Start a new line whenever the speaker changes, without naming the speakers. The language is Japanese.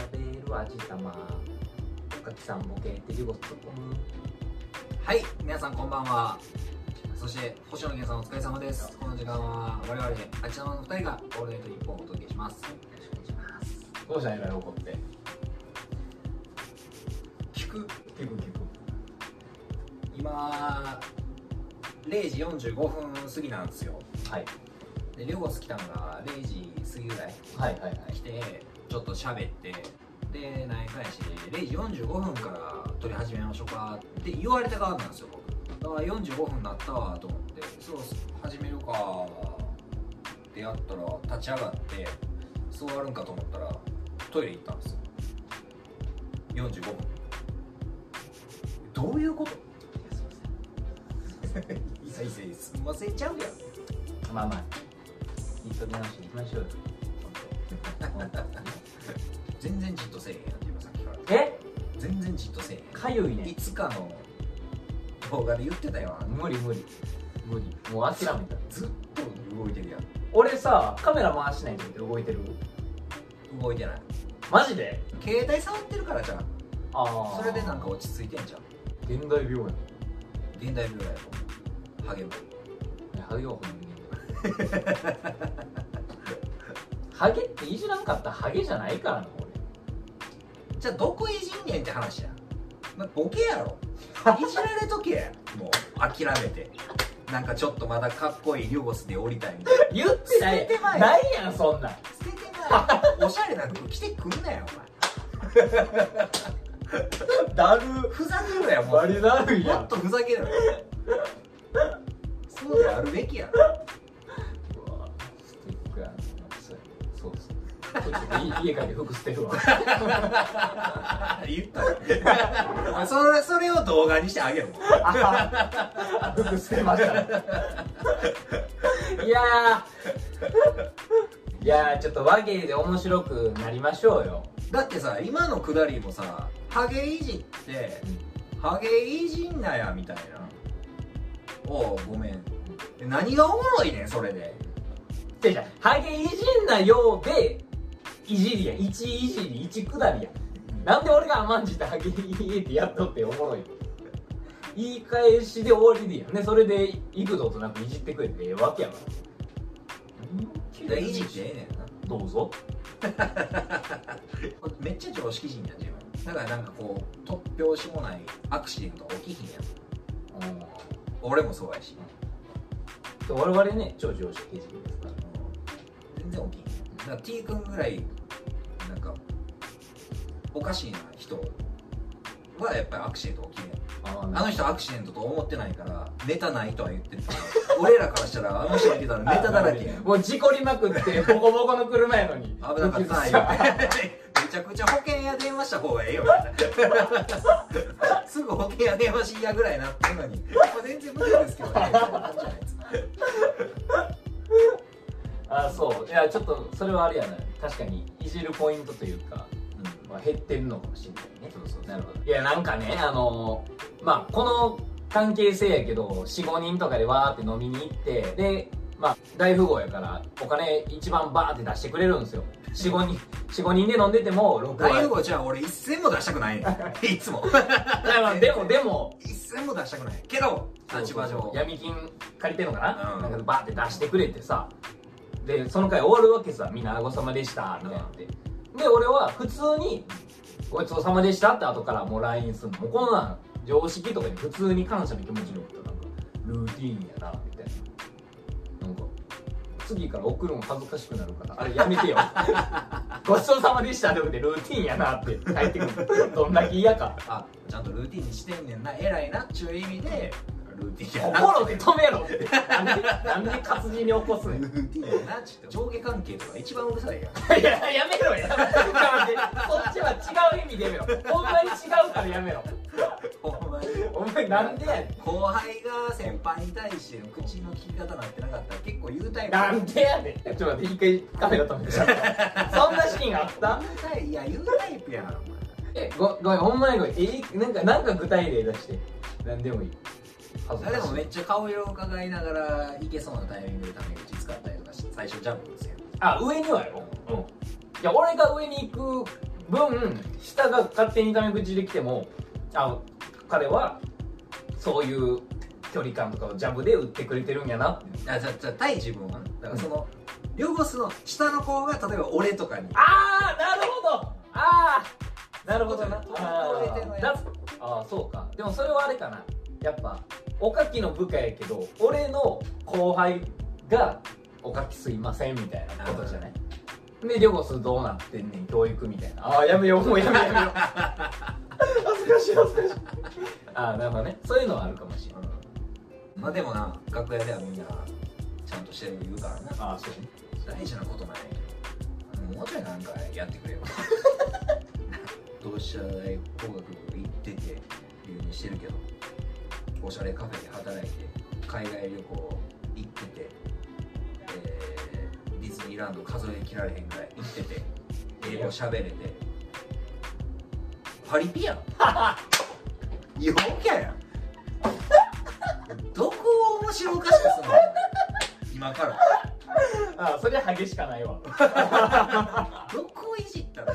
じさまかきさんもけんてじごっそこ
はい、皆さんこんばんは。そして星野源さんお疲れ様です。この時間は我々あちらの二人がオールナイト日本をお届けします。よろしくお願いします。
こうじゃないから怒って
聞く
結構結構
今0時45分過ぎなんですよ。
はい
で両国来たのが0時過ぎぐらい
はいはいはい
来てちょっと喋って。で、何回しで0時45分から撮り始めましょうかって言われた側なんですよ僕だから45分になったわと思ってそう始めるかってやったら立ち上がってそうあるんかと思ったらトイレ行ったんですよ45分どういうこといやすいませんいやいやすいませんちゃうやん
まあまあ気取り直しに行きましょうよ本当に
全然じっとせえへんやんって今さっきから
え
全然じっとせえへん
かゆい
い
ね
つかの動画で言ってたよ
無理無理無理もう諦めた
ずっと動いてるやん
俺さカメラ回しないで動いてる
動いてない
マジで
携帯触ってるからじゃん
ああ
それでなんか落ち着いてんじゃん
現代病や
現代病やと励む
ハゲはほんまにハゲっていじらんかったらハゲじゃないからな
じゃあどこいじんねんって話やまあ、ボケやろいじられとけや もう諦めてなんかちょっとまだかっこいいリュゴスで降りたいみ たいな
俺言ってない
捨ててまえ
ないやんそんなん
捨ててないおしゃれな服着てくんなよお前
だる
ふざけろやもう
割りだる
も
や
っ
ん
とふざけろよそうであるべきや
う
ろ
わスティックやなそうやそうそうこれちょっと家家帰って服捨てるわ
言ったよ まあそれそれを動画にしてあげる
服捨てました いやーいやーちょっと和芸で面白くなりましょうよ
だってさ今のくだりもさハゲいじってハゲいじんなやみたいなおうごめんえ何がおもろいねんそれで
じゃハゲいじんなようでいじりや1いじり1くだりやなんで俺が甘んじてハゲいってやっとっておもろい言い返しで終わりでやんねそれで幾度となくいじってくれてええわけやから
いじってええねんな
どうぞ
めっちゃ常識人やん自分だからなんかこう突拍子もないアクシデントが起きひんやん俺もそうやし
で我々ね超常識人ですから
全然起きひんだから T 君ぐらいなんかおかしいな人はやっぱりアクシデント起きるやん
あ
あの人アクシデントと思ってないからネタないとは言ってるけど俺らからしたらあの人見てたらネタだらけやん
もう事故りまくってボコボコの車やのに
危なかったな言うてめちゃくちゃ保険屋電話した方がええよみたいな すぐ保険屋電話しやぐらいなってんのに、まあ、全然無理ですけどねみたいな感じじゃないですか
あそういやちょっとそれはあれやな確かにいじるポイントというか、まあ、減ってるのかもしれないね
そうそうそう
なるほどいやなんかねあのーまあこの関係性やけど45人とかでわーって飲みに行ってでまあ大富豪やからお金一番バーって出してくれるんですよ45人45人で飲んでても6割
大悟じゃあ俺一銭も出したくないねんいつも
いやまあでもでも
一銭も出したくないけど立場上
闇金借りてんのかな,、
うん
なんかバーって出してくれてさでその回終わるわけさみんな「ごさまでした」みたいになって、で俺は普通に「ごちそうさまでした」って後からもう LINE するのもうこんなん常識とかに普通に感謝の気持ちになったなんかルーティーンやなみたいななんか次から送るの恥ずかしくなるからあれやめて よごちそうさまでしたってことでルーティーンやなって帰ってくるどんだけ嫌か
あちゃんとルーティンにしてんねんな偉いなっちゅう意味でルーティンやなっ
心で
て
止めろってなんでなんで活字に起こすねん
ルーティンやなちょっと 上下関係とか一番うるさいやん
いややめろやめろそっちは違う意味でやめろほんまに違うからやめろ
ほんまに
お前なんでやね
後輩が先輩に対しての口の利き方なってなかったら結構言うタイ
ん
プ
なんでやねんちょっと待って一回カメラ止めてちゃったそんなシーンあった
言うタイプいや言うタイプやんお前
えごごめんほんまにごめんえいなんかなんか具体例出してなんでもいい恥ず
あ
か
で
し
も
い
めっちゃ顔色を伺いながらいけそうなタイミングでタメ口使ったりとかして最初ジャブですよ
あ上にはよ、うん、いや俺が上に行く分下が勝手にタメ口できてもあ彼はそういう距離感とかをジャブで打ってくれてるんやなって
あじゃあじゃあ対自分はねだからその、汚すの下の子が例えば俺とかに
ああなるほどああなるほどな
あー
だあーそうかでもそれはあれかなやっぱおかきの部下やけど俺の後輩が「おかきすいません」みたいなことじゃないでリョゴスどうなってんねん教育みたいなああやめようもうやめようやめよう恥ずかしい恥ずかしいああなるほどねそういうのはあるかもしれない
まあでもな楽屋ではみんなちゃんとしてる言うからな
ああそうね
大事なことないよもうちょいなんかやってく れよ同志社大工学部行ってて留年してるけどおしゃれカフェで働いて海外旅行行ってて、えーディズニーランド数え切られへんぐらい行ってて英語喋れてパリピやん 陽キャやんどこを面白おかしくすんの今から
ああそれは激しかないわ
どこをいじったの